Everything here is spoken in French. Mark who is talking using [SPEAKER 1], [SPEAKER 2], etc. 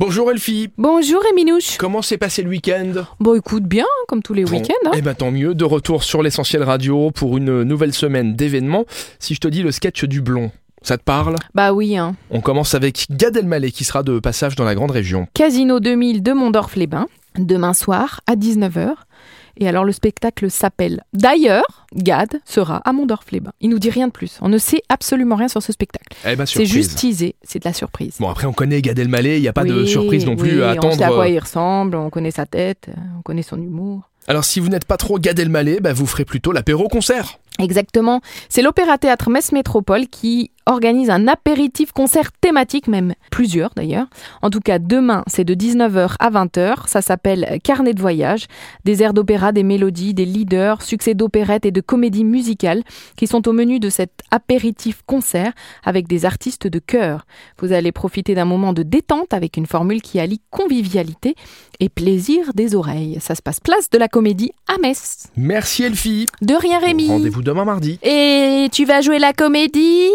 [SPEAKER 1] Bonjour Elfie,
[SPEAKER 2] Bonjour Eminouche.
[SPEAKER 1] comment s'est passé le week-end
[SPEAKER 2] Bon, écoute, bien, comme tous les
[SPEAKER 1] Bon,
[SPEAKER 2] week-ends. hein.
[SPEAKER 1] Eh ben tant mieux, de retour sur l'essentiel radio pour une nouvelle semaine d'événements. Si je te dis le sketch du blond, ça te parle
[SPEAKER 2] Bah oui, hein.
[SPEAKER 1] On commence avec Gad Elmaleh qui sera de passage dans la grande région.
[SPEAKER 2] Casino 2000 de Mondorf-les-Bains, demain soir à 19h. Et alors, le spectacle s'appelle D'ailleurs, Gad sera à Mondorf-les-Bains. Il nous dit rien de plus. On ne sait absolument rien sur ce spectacle.
[SPEAKER 1] Eh ben
[SPEAKER 2] C'est
[SPEAKER 1] surprise.
[SPEAKER 2] juste teasé, c'est de la surprise.
[SPEAKER 1] Bon après on connaît Gad Elmaleh, il n'y a pas de
[SPEAKER 2] Oui,
[SPEAKER 1] surprise non plus
[SPEAKER 2] oui,
[SPEAKER 1] à
[SPEAKER 2] On sait à
[SPEAKER 1] attendre. euh,
[SPEAKER 2] quoi il ressemble, on connaît sa tête, euh, on connaît son humour.
[SPEAKER 1] Alors si vous n'êtes pas trop Gad Elmaleh, bah, vous ferez plutôt l'apéro concert.
[SPEAKER 2] Exactement. C'est l'Opéra Théâtre Metz Métropole qui organise un apéritif concert thématique, même plusieurs d'ailleurs. En tout cas, demain, c'est de 19h à 20h. Ça s'appelle Carnet de voyage. Des airs d'opéra, des mélodies, des leaders, succès d'opérettes et de comédies musicales qui sont au menu de cet apéritif concert avec des artistes de cœur. Vous allez profiter d'un moment de détente avec une formule qui allie convivialité et plaisir des oreilles. Ça se passe place de la comédie à Metz.
[SPEAKER 1] Merci Elfie.
[SPEAKER 2] De rien Rémi.
[SPEAKER 1] Rendez-vous demain mardi.
[SPEAKER 2] Et tu vas jouer la comédie